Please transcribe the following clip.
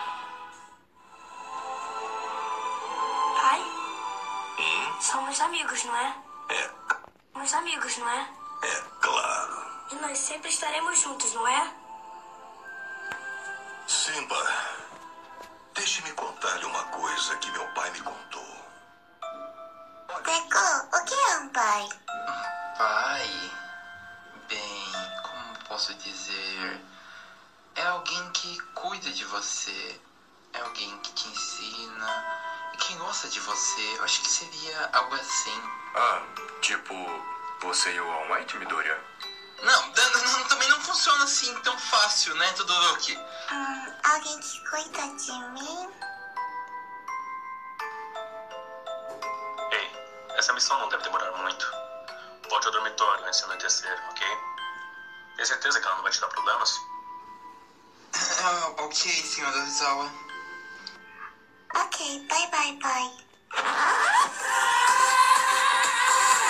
É, amigos, não é? É, Bons amigos, não é? é claro. E nós sempre estaremos juntos, não é? Simba, deixe-me contar-lhe uma coisa que meu pai me contou. Deco, o que é um pai? Pai, bem, como posso dizer? É alguém que cuida de você, é alguém que te ensina e que gosta de você. Eu acho que seria algo assim. Ah, tipo, você e o All Might, Midoriya? Não, dan- não, não, também não funciona assim tão fácil, né, Todoroki? Hum, alguém que cuida de mim? Ei, essa missão não deve demorar muito. Volte ao dormitório antes de anoitecer, ok? Tem certeza que ela não vai te dar problemas? Ah, ok, senhor Ozawa. Ok, bye bye, pai.